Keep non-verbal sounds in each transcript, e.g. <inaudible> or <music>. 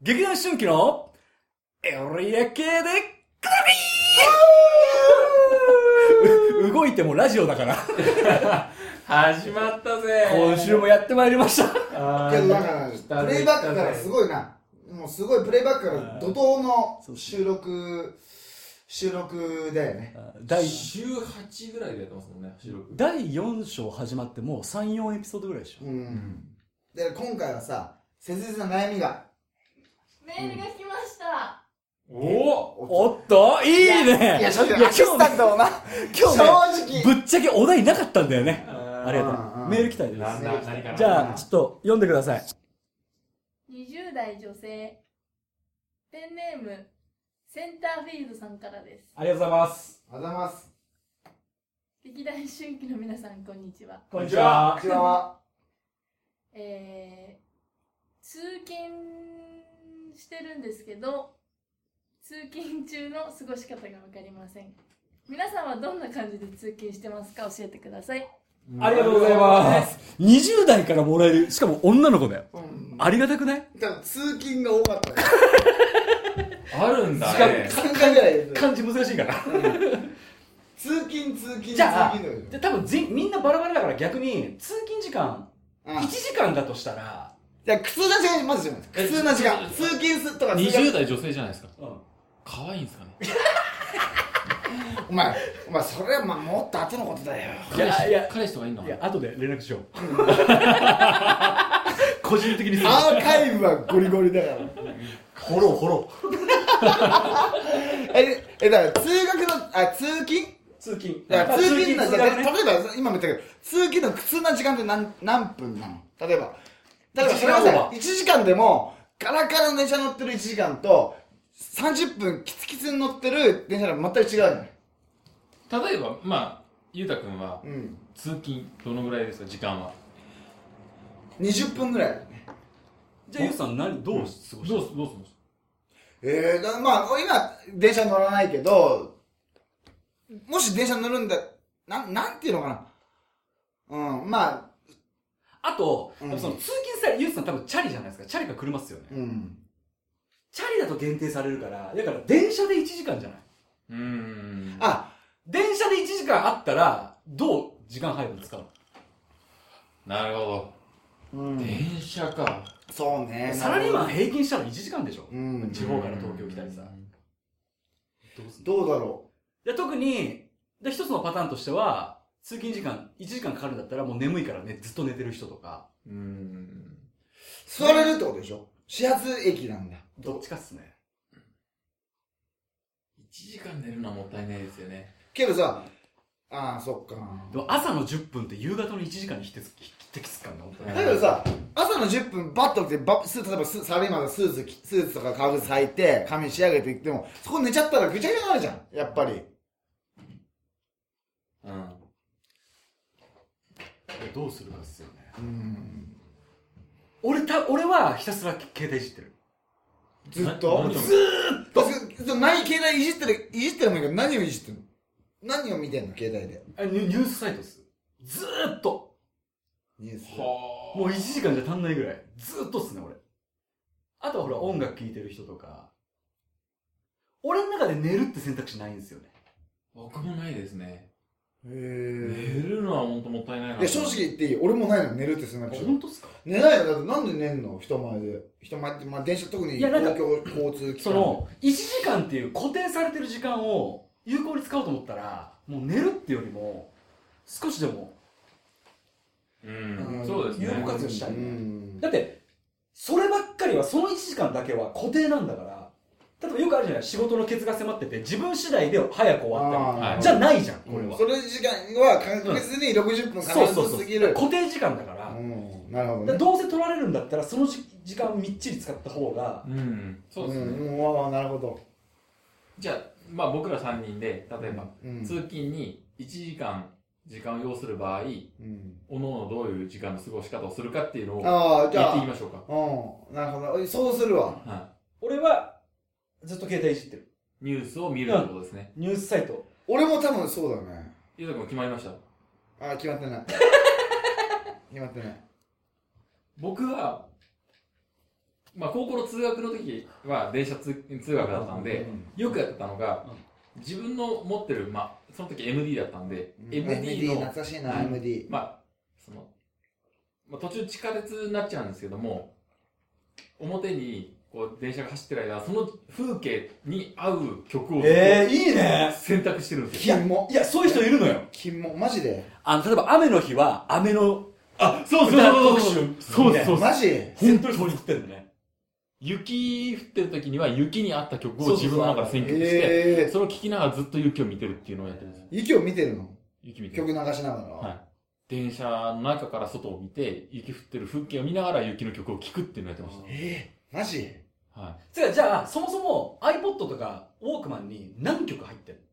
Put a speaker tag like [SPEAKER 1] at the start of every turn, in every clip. [SPEAKER 1] 劇団春季のエロリア系でくだびー動いてもラジオだから
[SPEAKER 2] 始まったぜ
[SPEAKER 1] 今週もやってまいりました
[SPEAKER 2] あ
[SPEAKER 3] けどだから、プレイバックからすごいな。もうすごいプレイバックから怒涛の収録、収録だよね。
[SPEAKER 1] 第
[SPEAKER 2] 週8ぐらいでやってますもんね収録
[SPEAKER 1] 第4章始まってもう34エピソードぐらいでしょ
[SPEAKER 3] うん。で、今回はさ、切実な悩みが。
[SPEAKER 4] メールが来ました。
[SPEAKER 2] お
[SPEAKER 1] おっといいね
[SPEAKER 3] いや、正直、
[SPEAKER 1] 今
[SPEAKER 3] アシスタントもな、今日正直。
[SPEAKER 1] ぶっちゃけお題なかったんだよね
[SPEAKER 2] あ
[SPEAKER 1] ありがと
[SPEAKER 3] うんう
[SPEAKER 1] うんメール来たいで
[SPEAKER 2] な
[SPEAKER 1] す
[SPEAKER 2] んだ何かな
[SPEAKER 1] じゃあちょっと読んでください
[SPEAKER 4] 20代女性。ペンネーム、センターフィールドさんからです。
[SPEAKER 1] ありがとうございます
[SPEAKER 3] ありがとうございます。
[SPEAKER 4] 劇団春季の皆さん、こんにちは。
[SPEAKER 1] こ
[SPEAKER 2] んにちは
[SPEAKER 3] こちらは、
[SPEAKER 4] えー、通勤してるんですけど、通勤中の過ごし方がわかりません。皆さんはどんな感じで通勤してますか教えてください。
[SPEAKER 1] ありがとうございます20代からもらえるしかも女の子だよ
[SPEAKER 3] うん。
[SPEAKER 1] ありがたくない
[SPEAKER 3] 多分通勤が多かったね。
[SPEAKER 2] あるんだね
[SPEAKER 3] 3回ぐらいです
[SPEAKER 1] 漢字難しいから
[SPEAKER 3] 通勤、通勤、通勤
[SPEAKER 1] じゃあ
[SPEAKER 3] だよね
[SPEAKER 1] で多分ぜみんなバラバラだから逆に通勤時間
[SPEAKER 3] うん
[SPEAKER 1] 1時間だとしたら、
[SPEAKER 3] じゃあ、苦痛な時間にまずします。苦痛な時間。通勤するとか、通勤
[SPEAKER 2] 20代女性じゃないですか
[SPEAKER 1] うん
[SPEAKER 2] 可愛いんですかね
[SPEAKER 3] お前、お前、それはまあもっと後のことだよ。
[SPEAKER 1] いや
[SPEAKER 2] 彼氏
[SPEAKER 1] いや
[SPEAKER 2] 彼氏とかいんの
[SPEAKER 1] いや後で連絡しよう個人的にする
[SPEAKER 3] アーカイブはゴリゴリだから。
[SPEAKER 1] ほろほろ
[SPEAKER 3] え、え、だから通学の、あ、通勤
[SPEAKER 1] 通勤
[SPEAKER 3] だから通勤の、
[SPEAKER 1] 通
[SPEAKER 3] じ
[SPEAKER 1] 勤
[SPEAKER 3] ゃあ
[SPEAKER 1] 通
[SPEAKER 3] 例え
[SPEAKER 1] 学ね
[SPEAKER 3] ば、今も言ったけど、通勤の苦痛な時間って何、何分なの例えば。だからそれは
[SPEAKER 1] 一時間
[SPEAKER 3] さ
[SPEAKER 1] は、
[SPEAKER 3] 1時間でも、ガラガラの電車乗ってる1時間と、30分キツキツに乗ってる電車が全く違うのよ。
[SPEAKER 2] 例えばまあゆうたくんは
[SPEAKER 3] うん。
[SPEAKER 2] 通勤どのぐらいですか時間は
[SPEAKER 3] 20分ぐらいだね。
[SPEAKER 1] じゃあゆうさん何どう過ごして
[SPEAKER 2] どうすどうすどうす
[SPEAKER 3] ええだまあ、今、電車乗らないけど、もし電車乗るんだ、なん、なんていうのかな。うん、まあ、
[SPEAKER 1] あと、
[SPEAKER 3] うん
[SPEAKER 1] やっぱその通勤されゆうさん多分チャリじゃないですかチャリか車っすよね、
[SPEAKER 3] うん。
[SPEAKER 1] チャリだと限定されるからだから電車で1時間じゃないう
[SPEAKER 2] ーん
[SPEAKER 3] あ、
[SPEAKER 1] 電車で1時間あったらどう時間配分使うの
[SPEAKER 2] なるほど
[SPEAKER 3] うん。
[SPEAKER 2] 電車か
[SPEAKER 3] そうね。
[SPEAKER 1] サラリーマン平均したら1時間でしょ、
[SPEAKER 3] うん
[SPEAKER 1] 地方から東京来たりさ、どうすんの
[SPEAKER 3] どうだろ
[SPEAKER 1] で特にで一つのパターンとしては通勤時間1時間かかるんだったらもう眠いからねずっと寝てる人とか
[SPEAKER 2] うー
[SPEAKER 3] う。
[SPEAKER 2] ん
[SPEAKER 3] 座れるってことでしょ始発駅なんだ。
[SPEAKER 1] どっちかっすね
[SPEAKER 2] 1時間寝るのはもったいないですよね
[SPEAKER 3] けどさ、ああ、そっか。
[SPEAKER 1] でも朝の10分って夕方の1時間に匹敵す匹敵すからね本当に
[SPEAKER 3] だけどさ、朝の10分バッと起きて、ばスーツ、例えばスサラリーマンがスーツ着、スーツとか革靴履いて、髪仕上げていっても、そこ寝ちゃったらぐちゃぐちゃになるじゃん。やっぱり。
[SPEAKER 2] うん
[SPEAKER 1] どうするかっすよね
[SPEAKER 3] うん。
[SPEAKER 1] 俺た俺はひたすら携帯いじってる
[SPEAKER 3] ずっと
[SPEAKER 2] な
[SPEAKER 3] ずーっとずず何携帯いじってる、いじってるもいいけど何をいじってるの何を見てんの携帯で。
[SPEAKER 1] あニュニュースサイトっすずーっと
[SPEAKER 3] ニュース。
[SPEAKER 2] は
[SPEAKER 1] もう1時間じゃ足んないぐらいずーっとっすね俺あとはほら音楽聴いてる人とか俺の中で寝るって選択肢ないんですよね
[SPEAKER 2] 僕もないですね
[SPEAKER 3] へ
[SPEAKER 2] 寝るのは本当もったいないな
[SPEAKER 3] え。いや、正直言っていい。俺もないの、寝るってすんなくちゃ。
[SPEAKER 1] 本当っすか
[SPEAKER 3] 寝ないのだってなんで寝んの人前で。人前って、まあ電車特に
[SPEAKER 1] いやなんか
[SPEAKER 3] 公共交通機関。
[SPEAKER 1] そ、の1時間っていう固定されてる時間を有効に使おうと思ったらもう寝るっていうよりも少しでも
[SPEAKER 2] うん、そうですね
[SPEAKER 1] 有効活用したい
[SPEAKER 3] うん。
[SPEAKER 1] だってそればっかりはその1時間だけは固定なんだから例えばよくあるじゃない仕事のケツが迫ってて自分次第で早く終わっ
[SPEAKER 3] あ
[SPEAKER 1] た
[SPEAKER 3] ー
[SPEAKER 1] りじゃないじゃんこ
[SPEAKER 3] う
[SPEAKER 1] れ
[SPEAKER 3] ん
[SPEAKER 1] は、
[SPEAKER 3] それ時間は確実に60分
[SPEAKER 1] そうそう
[SPEAKER 3] 必
[SPEAKER 1] そう
[SPEAKER 3] ず過ぎる。
[SPEAKER 1] 固定時間だから,、
[SPEAKER 3] うん。なるほど
[SPEAKER 1] だ
[SPEAKER 3] ね。
[SPEAKER 1] どうせ取られるんだったらその時時間をみっちり使った方が
[SPEAKER 2] うんそうですね、
[SPEAKER 3] ん、もう、なるほど。
[SPEAKER 2] じゃあまあ僕ら3人で例えば、
[SPEAKER 3] うん。
[SPEAKER 2] 通勤に1時間時間を要する場合
[SPEAKER 3] うん。
[SPEAKER 2] おのおのどういう時間の過ごし方をするかっていうのをや
[SPEAKER 3] ああ、じゃ
[SPEAKER 2] っ
[SPEAKER 3] あ、
[SPEAKER 2] て
[SPEAKER 3] う
[SPEAKER 2] みましょうか
[SPEAKER 3] ん。なるほど。そうするわ。
[SPEAKER 2] は
[SPEAKER 1] 俺はずっと携帯いじってる
[SPEAKER 2] いニュースを見るってことですね
[SPEAKER 1] ニュースサイト
[SPEAKER 3] 俺も多分そうだね。
[SPEAKER 2] ゆうたくんも決まりました
[SPEAKER 3] あ、決まってない。決まってない。
[SPEAKER 2] 僕はまあ、高校の通学の時は電車通通学だったんで、よくやってたのが、自分の持ってる、まあ、その時 MD だったんで、MD の、
[SPEAKER 3] 懐かしいな、
[SPEAKER 2] うん
[SPEAKER 3] MD。
[SPEAKER 2] まあ、その、まあ、途中地下鉄になっちゃうんですけども、表にこう電車が走ってる間、その風景に合う曲を
[SPEAKER 1] ええいいね
[SPEAKER 2] 選択してるんです
[SPEAKER 3] キ
[SPEAKER 2] よ。
[SPEAKER 3] モ
[SPEAKER 1] い。やそういう人いるのよ
[SPEAKER 3] キモ、マジで
[SPEAKER 1] あの例えば雨の日は雨の
[SPEAKER 2] あ、そう
[SPEAKER 1] そうそう
[SPEAKER 3] マジ
[SPEAKER 1] 本当に作ってんのね
[SPEAKER 2] 雪降ってる時には雪に合った曲を自分の中で選曲して、
[SPEAKER 3] え
[SPEAKER 2] それを聴きながらずっと雪を見てるっていうのをやってるんです。
[SPEAKER 3] ー、雪を見てるの
[SPEAKER 2] 雪見てる
[SPEAKER 3] 曲流しながら。
[SPEAKER 2] はい。電車の中から外を見て、雪降ってる風景を見ながら雪の曲を聴くっていうのをやってまし
[SPEAKER 3] えー、マジ
[SPEAKER 2] た。はい。
[SPEAKER 1] つうかじゃあそもそも iPod とかウォークマンに何曲入ってるの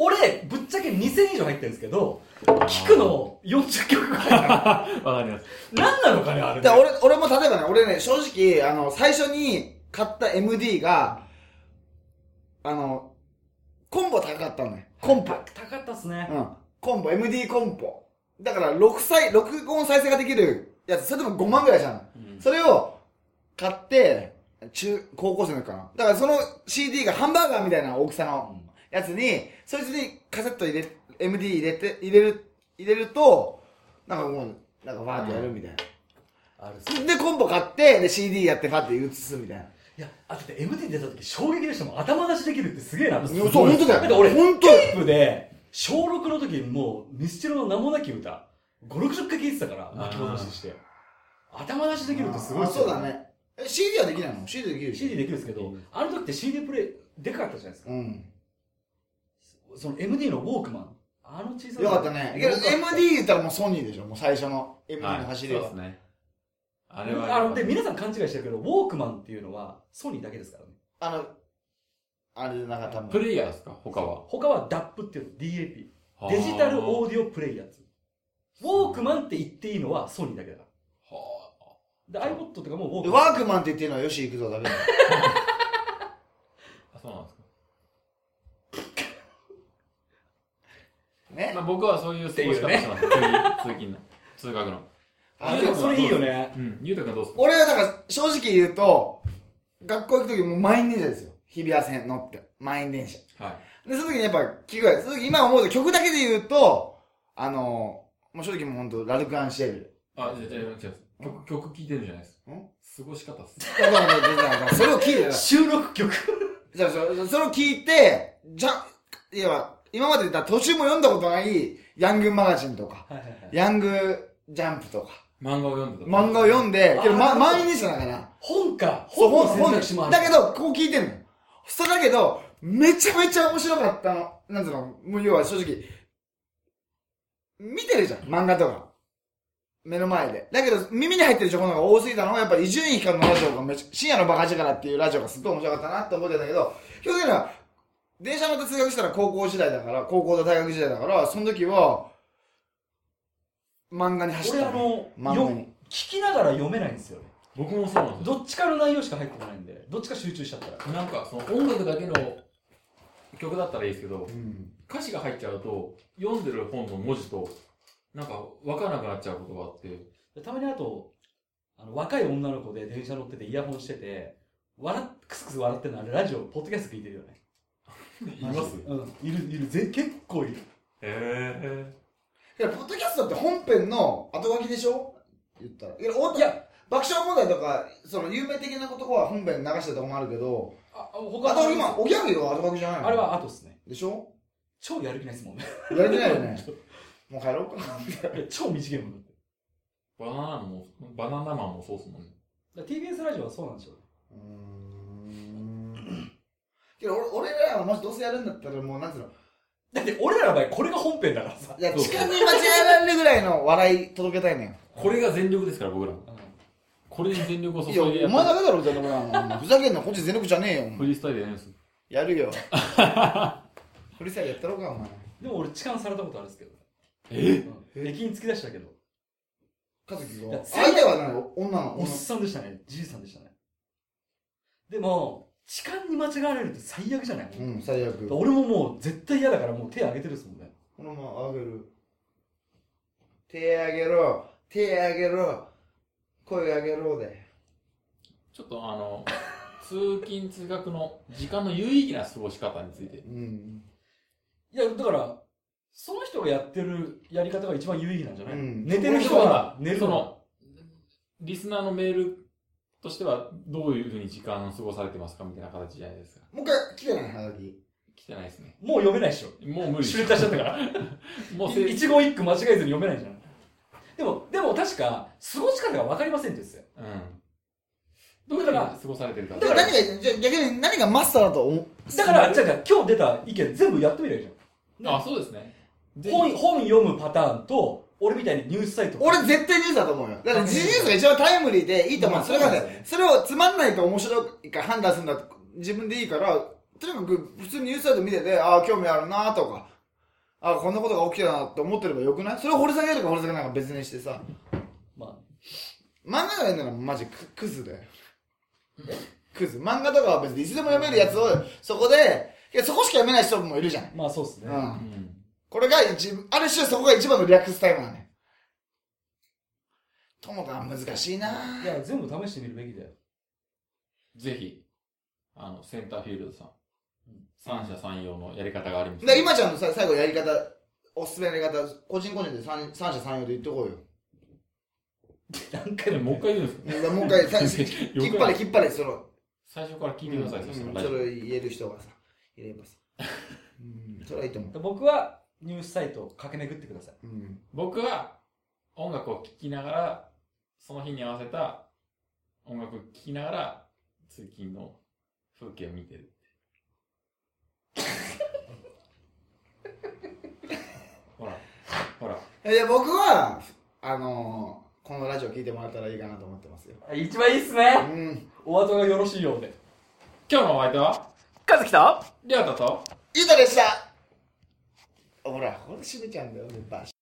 [SPEAKER 1] 俺ぶっちゃけ2000以上入ってるんですけど聞くの40曲ぐらいなの
[SPEAKER 2] わかります。
[SPEAKER 1] 何なのかねあれね
[SPEAKER 3] だから俺、俺も例えばね、俺ね、正直、あの、最初に買った MD が、あの、コンボ高かったのよ。コンポ。
[SPEAKER 1] 高かったっすね
[SPEAKER 3] うん。コンボ、MD コンポ。だから、6歳、録音再生ができるやつ、それでも5万ぐらいじゃん。それを買って、中、高校生の時かな。だからその CD がハンバーガーみたいな大きさのやつに、そいつにカセット入れ、MD 入れて、入れる、入れると、なんかもう、なんかわーってやるみたいな。
[SPEAKER 1] あるっすね
[SPEAKER 3] で、コンボ買って、で、CD やって、パって映すみたいな。
[SPEAKER 1] いやあだって MD 出た時衝撃でしたもん頭出しできるってすげえな
[SPEAKER 3] そう、本当だよ。
[SPEAKER 1] だって俺
[SPEAKER 3] 本当
[SPEAKER 1] テープで、小6の時にもう、ミスチルの名もなき歌、5、60回聴いてたから、巻き戻しして。頭出しできるってすごいっ
[SPEAKER 3] あ
[SPEAKER 1] すよ
[SPEAKER 3] そうだ。ね。え、CD はできないの ?CD できる
[SPEAKER 1] CD できるんですけど、あの時って CD プレイ、でかかったじゃないですか。
[SPEAKER 3] うん。
[SPEAKER 1] その MD のウォークマン。あの小さな。
[SPEAKER 3] よかったね。けど
[SPEAKER 1] よかった
[SPEAKER 3] MD 言ったらもうソニーでしょもう最初の MD の走りは。
[SPEAKER 2] そうですね。あれは。
[SPEAKER 1] あの、で、皆さん勘違いしてるけど、ウォークマンっていうのは、ソニーだけですからね。
[SPEAKER 3] あの、あれなんか多分。
[SPEAKER 2] プレイヤーですか他は。
[SPEAKER 1] 他は DAP っていうの、DAP。デジタルオーディオプレイヤーズ。ウォークマンって言っていいのはソニーだけだか
[SPEAKER 2] はあ
[SPEAKER 1] ら。で、iPod とかもウォークマン。
[SPEAKER 3] ワークマンって言ってるのはよし行くぞだ
[SPEAKER 1] <laughs>
[SPEAKER 3] けだよ。
[SPEAKER 2] あそうなんですか。
[SPEAKER 3] ね
[SPEAKER 2] ま。あ、僕はそういう過ごし方してます。通勤 <laughs> の。通学の。
[SPEAKER 3] あ
[SPEAKER 1] いやで
[SPEAKER 3] でも
[SPEAKER 1] もそれいいよね。
[SPEAKER 2] うん。ゆうたくんどうですか
[SPEAKER 3] 俺はだから正直言うと、学校行くときもう満員電車ですよ。日比谷線乗って。満員電車。
[SPEAKER 2] はい。
[SPEAKER 3] で、その時にやっぱ聞くやつ。その時今思うと曲だけで言うと、あの、もう正直もうほんと、ラルク・アンシェ
[SPEAKER 1] <laughs>
[SPEAKER 3] ル。
[SPEAKER 2] あ、じゃあ、じゃあ違います。曲、曲聴いてるじゃないですか。
[SPEAKER 3] ん
[SPEAKER 2] 過ごし方っす。
[SPEAKER 3] だからだからだからそれを聞いて、だから
[SPEAKER 1] 収録曲。
[SPEAKER 3] じゃあそそれを聞いて、じゃ、いや、今まで言った途中も読んだことない、ヤングマガジンとか、
[SPEAKER 1] はいはいはい
[SPEAKER 3] ヤングジャンプとか、
[SPEAKER 2] 漫画を読んでた。
[SPEAKER 3] 漫画を読んで、けど、ま、
[SPEAKER 1] あー
[SPEAKER 3] 満員電車だから、
[SPEAKER 1] 本か
[SPEAKER 3] そう、
[SPEAKER 1] 本
[SPEAKER 3] 本
[SPEAKER 1] の
[SPEAKER 3] 本
[SPEAKER 1] 選択肢もある
[SPEAKER 3] だけど、こう聞いてんの。そうだけど、めちゃめちゃ面白かったの。なんつうの、もう要は正直、見てるじゃん、漫画とか。目の前で。だけど、耳に入ってる情報の方が多すぎたのは、やっぱり伊集院光のラジオがめちゃ、深夜のバカ力っていうラジオがすっごい面白かったなって思ってたけど、基本的には、電車乗って通学したら高校時代だから、高校と大学時代だから、その時は、漫画に走った
[SPEAKER 1] 俺あ
[SPEAKER 3] ね、
[SPEAKER 1] の
[SPEAKER 3] 漫画
[SPEAKER 1] よ
[SPEAKER 3] に。
[SPEAKER 1] 聞きながら読めないんですよね
[SPEAKER 2] 僕もそうなんですよ。
[SPEAKER 1] どっちかの内容しか入ってこないんでどっちか集中しちゃったら
[SPEAKER 2] なんか、その音楽だけの曲だったらいいですけど
[SPEAKER 3] う、ん。
[SPEAKER 2] 歌詞が入っちゃうと、読んでる本の文字と、なんか、わからなくなっちゃうことがあって、
[SPEAKER 1] でたまにあとあの若い女の子で電車乗っててイヤホンしてて笑っクスクス笑ってるのあれラジオポッドキャスト聞いてるよね
[SPEAKER 2] います
[SPEAKER 1] うんいるいるぜ結構いる
[SPEAKER 2] へ
[SPEAKER 3] いや、ポッドキャストって本編の後書きでしょ言ったら。いや、お
[SPEAKER 1] いや
[SPEAKER 3] 爆笑問題とか、その有名的なことは本編に流してたとこもあるけど、
[SPEAKER 1] ああ他
[SPEAKER 3] あと今、おぎゃぎが後書きじゃないの
[SPEAKER 1] あれ。は後っすね
[SPEAKER 3] でしょ
[SPEAKER 1] 超やる気ないです <laughs> もんね
[SPEAKER 3] やれてないよね。もう帰ろうか。
[SPEAKER 1] いや超短いもんだって
[SPEAKER 2] ー。バナナマンも、バナナマンもそうっすもんね。
[SPEAKER 1] だから TBS ラジオはそうなんでしょうね
[SPEAKER 3] うーん。けど俺、俺らはもしどうせやるんだったらもう、なんつうの、
[SPEAKER 1] だって俺らの場合これが本編だからさ
[SPEAKER 3] いや、
[SPEAKER 2] そう
[SPEAKER 3] 痴漢に間違えられるぐらいの笑い届けたいね
[SPEAKER 2] これが全力ですから、僕ら。これに全力を注
[SPEAKER 3] ん。
[SPEAKER 2] い
[SPEAKER 3] いや、
[SPEAKER 2] で
[SPEAKER 3] お前だけだろ、全力なの。ふざけんな、こっち全力じゃねえよ、お
[SPEAKER 2] フ
[SPEAKER 3] 前
[SPEAKER 2] リースタイルやるんです
[SPEAKER 1] <laughs>
[SPEAKER 3] やるよ。フリースタイルやったろうか、お前。
[SPEAKER 1] でも俺痴漢されたことあるんですけど
[SPEAKER 2] え
[SPEAKER 1] うん駅に突き出したけど
[SPEAKER 3] かずき
[SPEAKER 1] いや
[SPEAKER 3] が。相手は何女なの
[SPEAKER 1] おっ
[SPEAKER 3] 女
[SPEAKER 1] さんでしたね。じいさんでしたね。でも、痴漢に間違われるって最悪じゃない、
[SPEAKER 3] うん、最悪。
[SPEAKER 1] 俺ももう絶対嫌だからもう手挙げてるっすもんね。
[SPEAKER 3] このまま上げる。手上げろ、手上げろ。声上げろうで。
[SPEAKER 2] ちょっとあの、通勤通学の時間の有意義な過ごし方について。
[SPEAKER 3] うん。
[SPEAKER 1] いや、だから、その人がやってるやり方が一番有意義なんじゃない、
[SPEAKER 3] うん
[SPEAKER 1] 寝てる人が寝る
[SPEAKER 2] そ
[SPEAKER 1] の
[SPEAKER 2] の、リスナーのメールとしては、どういうふうに時間を過ごされてますかみたいな形じゃないですか。
[SPEAKER 3] もう一回来てない、はがき。
[SPEAKER 2] 来てないですね。
[SPEAKER 1] もう読めないでしょ。
[SPEAKER 2] もう無理です
[SPEAKER 1] シュレッダーしちゃったから。
[SPEAKER 2] もうせ
[SPEAKER 1] い一言一句間違えずに読めないじゃん。でも、でも確か、過ごし方が分かりませんって言ってたよ。
[SPEAKER 2] うん。
[SPEAKER 1] ど
[SPEAKER 2] ど
[SPEAKER 1] う
[SPEAKER 2] う
[SPEAKER 1] い
[SPEAKER 2] い
[SPEAKER 1] ふ
[SPEAKER 2] ううふ
[SPEAKER 1] う
[SPEAKER 2] う
[SPEAKER 1] に
[SPEAKER 2] に過ごされてるか。
[SPEAKER 1] だ
[SPEAKER 3] だ
[SPEAKER 1] か
[SPEAKER 3] からら何が、じゃあ逆に何がマスターだと思う
[SPEAKER 1] だから、じゃあじゃあ今日出た意見全部やってみればいいじ
[SPEAKER 2] あ、そうですね。
[SPEAKER 1] ゃん。本、本読むパターンと、俺みたいにニュースサイト。
[SPEAKER 3] 俺絶対ニュースだと思うよ。だから時事ニュースが一番タイムリーでいいと思
[SPEAKER 1] ま
[SPEAKER 3] う。
[SPEAKER 1] あ
[SPEAKER 3] それ
[SPEAKER 1] そ
[SPEAKER 3] が
[SPEAKER 1] うです
[SPEAKER 3] ね
[SPEAKER 1] ね、
[SPEAKER 3] それをつまんないか面白いか判断するんだって自分でいいから、とにかく普通にニュースサイト見てて、ああ、興味あるなとか、ああ、こんなことが起きたなって思ってればよくないそれを掘り下げるか掘り下げないか別にしてさ。
[SPEAKER 1] ま
[SPEAKER 3] 漫画がやるならマジククズだよ。クズ。漫画とかは別にいつでも読めるやつを、そこで、いや、そこしか読めない人もいるじゃん
[SPEAKER 1] あ、。まあそうですね。
[SPEAKER 3] う。
[SPEAKER 2] うんん。
[SPEAKER 3] これが一、ある種そこが一番のリラックスタイムだね。ともかん難しいなぁ
[SPEAKER 1] いや、全部試してみるべきだよ。
[SPEAKER 2] ぜひ、あの、センターフィールドさん。三者三様のやり方があります、
[SPEAKER 3] で、今ちゃんのさ、最後やり方、おすすめのやり方、個人個人で三三者三様で言ってこうよ。
[SPEAKER 1] <laughs> 何回
[SPEAKER 2] え
[SPEAKER 1] も
[SPEAKER 2] もう一回言うんですか
[SPEAKER 3] だからもう一 <laughs> 回、
[SPEAKER 2] <laughs>
[SPEAKER 3] さ引っ張れ引っ張れ、その、
[SPEAKER 2] 最初から聞いてください、そした
[SPEAKER 3] う
[SPEAKER 2] ら
[SPEAKER 3] ん
[SPEAKER 2] 大
[SPEAKER 3] そ
[SPEAKER 2] 丈夫。
[SPEAKER 3] れを言える人がさ、いれば <laughs> さ。うん、それはいいと思う。
[SPEAKER 1] 僕はニュースサイトを駆け巡ってください。
[SPEAKER 3] うん。
[SPEAKER 2] 僕は、音楽を聴きながら、その日に合わせた音楽を聴きながら、通勤の風景を見てる。
[SPEAKER 3] <laughs>
[SPEAKER 2] ほら、ほら。
[SPEAKER 3] いや、僕は、あのー、このラジオ聞いてもらったらいいかなと思ってますよ。
[SPEAKER 1] 一番いいっす
[SPEAKER 3] う
[SPEAKER 1] ね。
[SPEAKER 3] ん。
[SPEAKER 1] お後がよろしいようで。
[SPEAKER 2] 今日のお相手は、
[SPEAKER 3] かずきと
[SPEAKER 2] りょうたと、
[SPEAKER 3] ゆうたでしたほら、これ閉めちゃうんだよ、ね、バシッ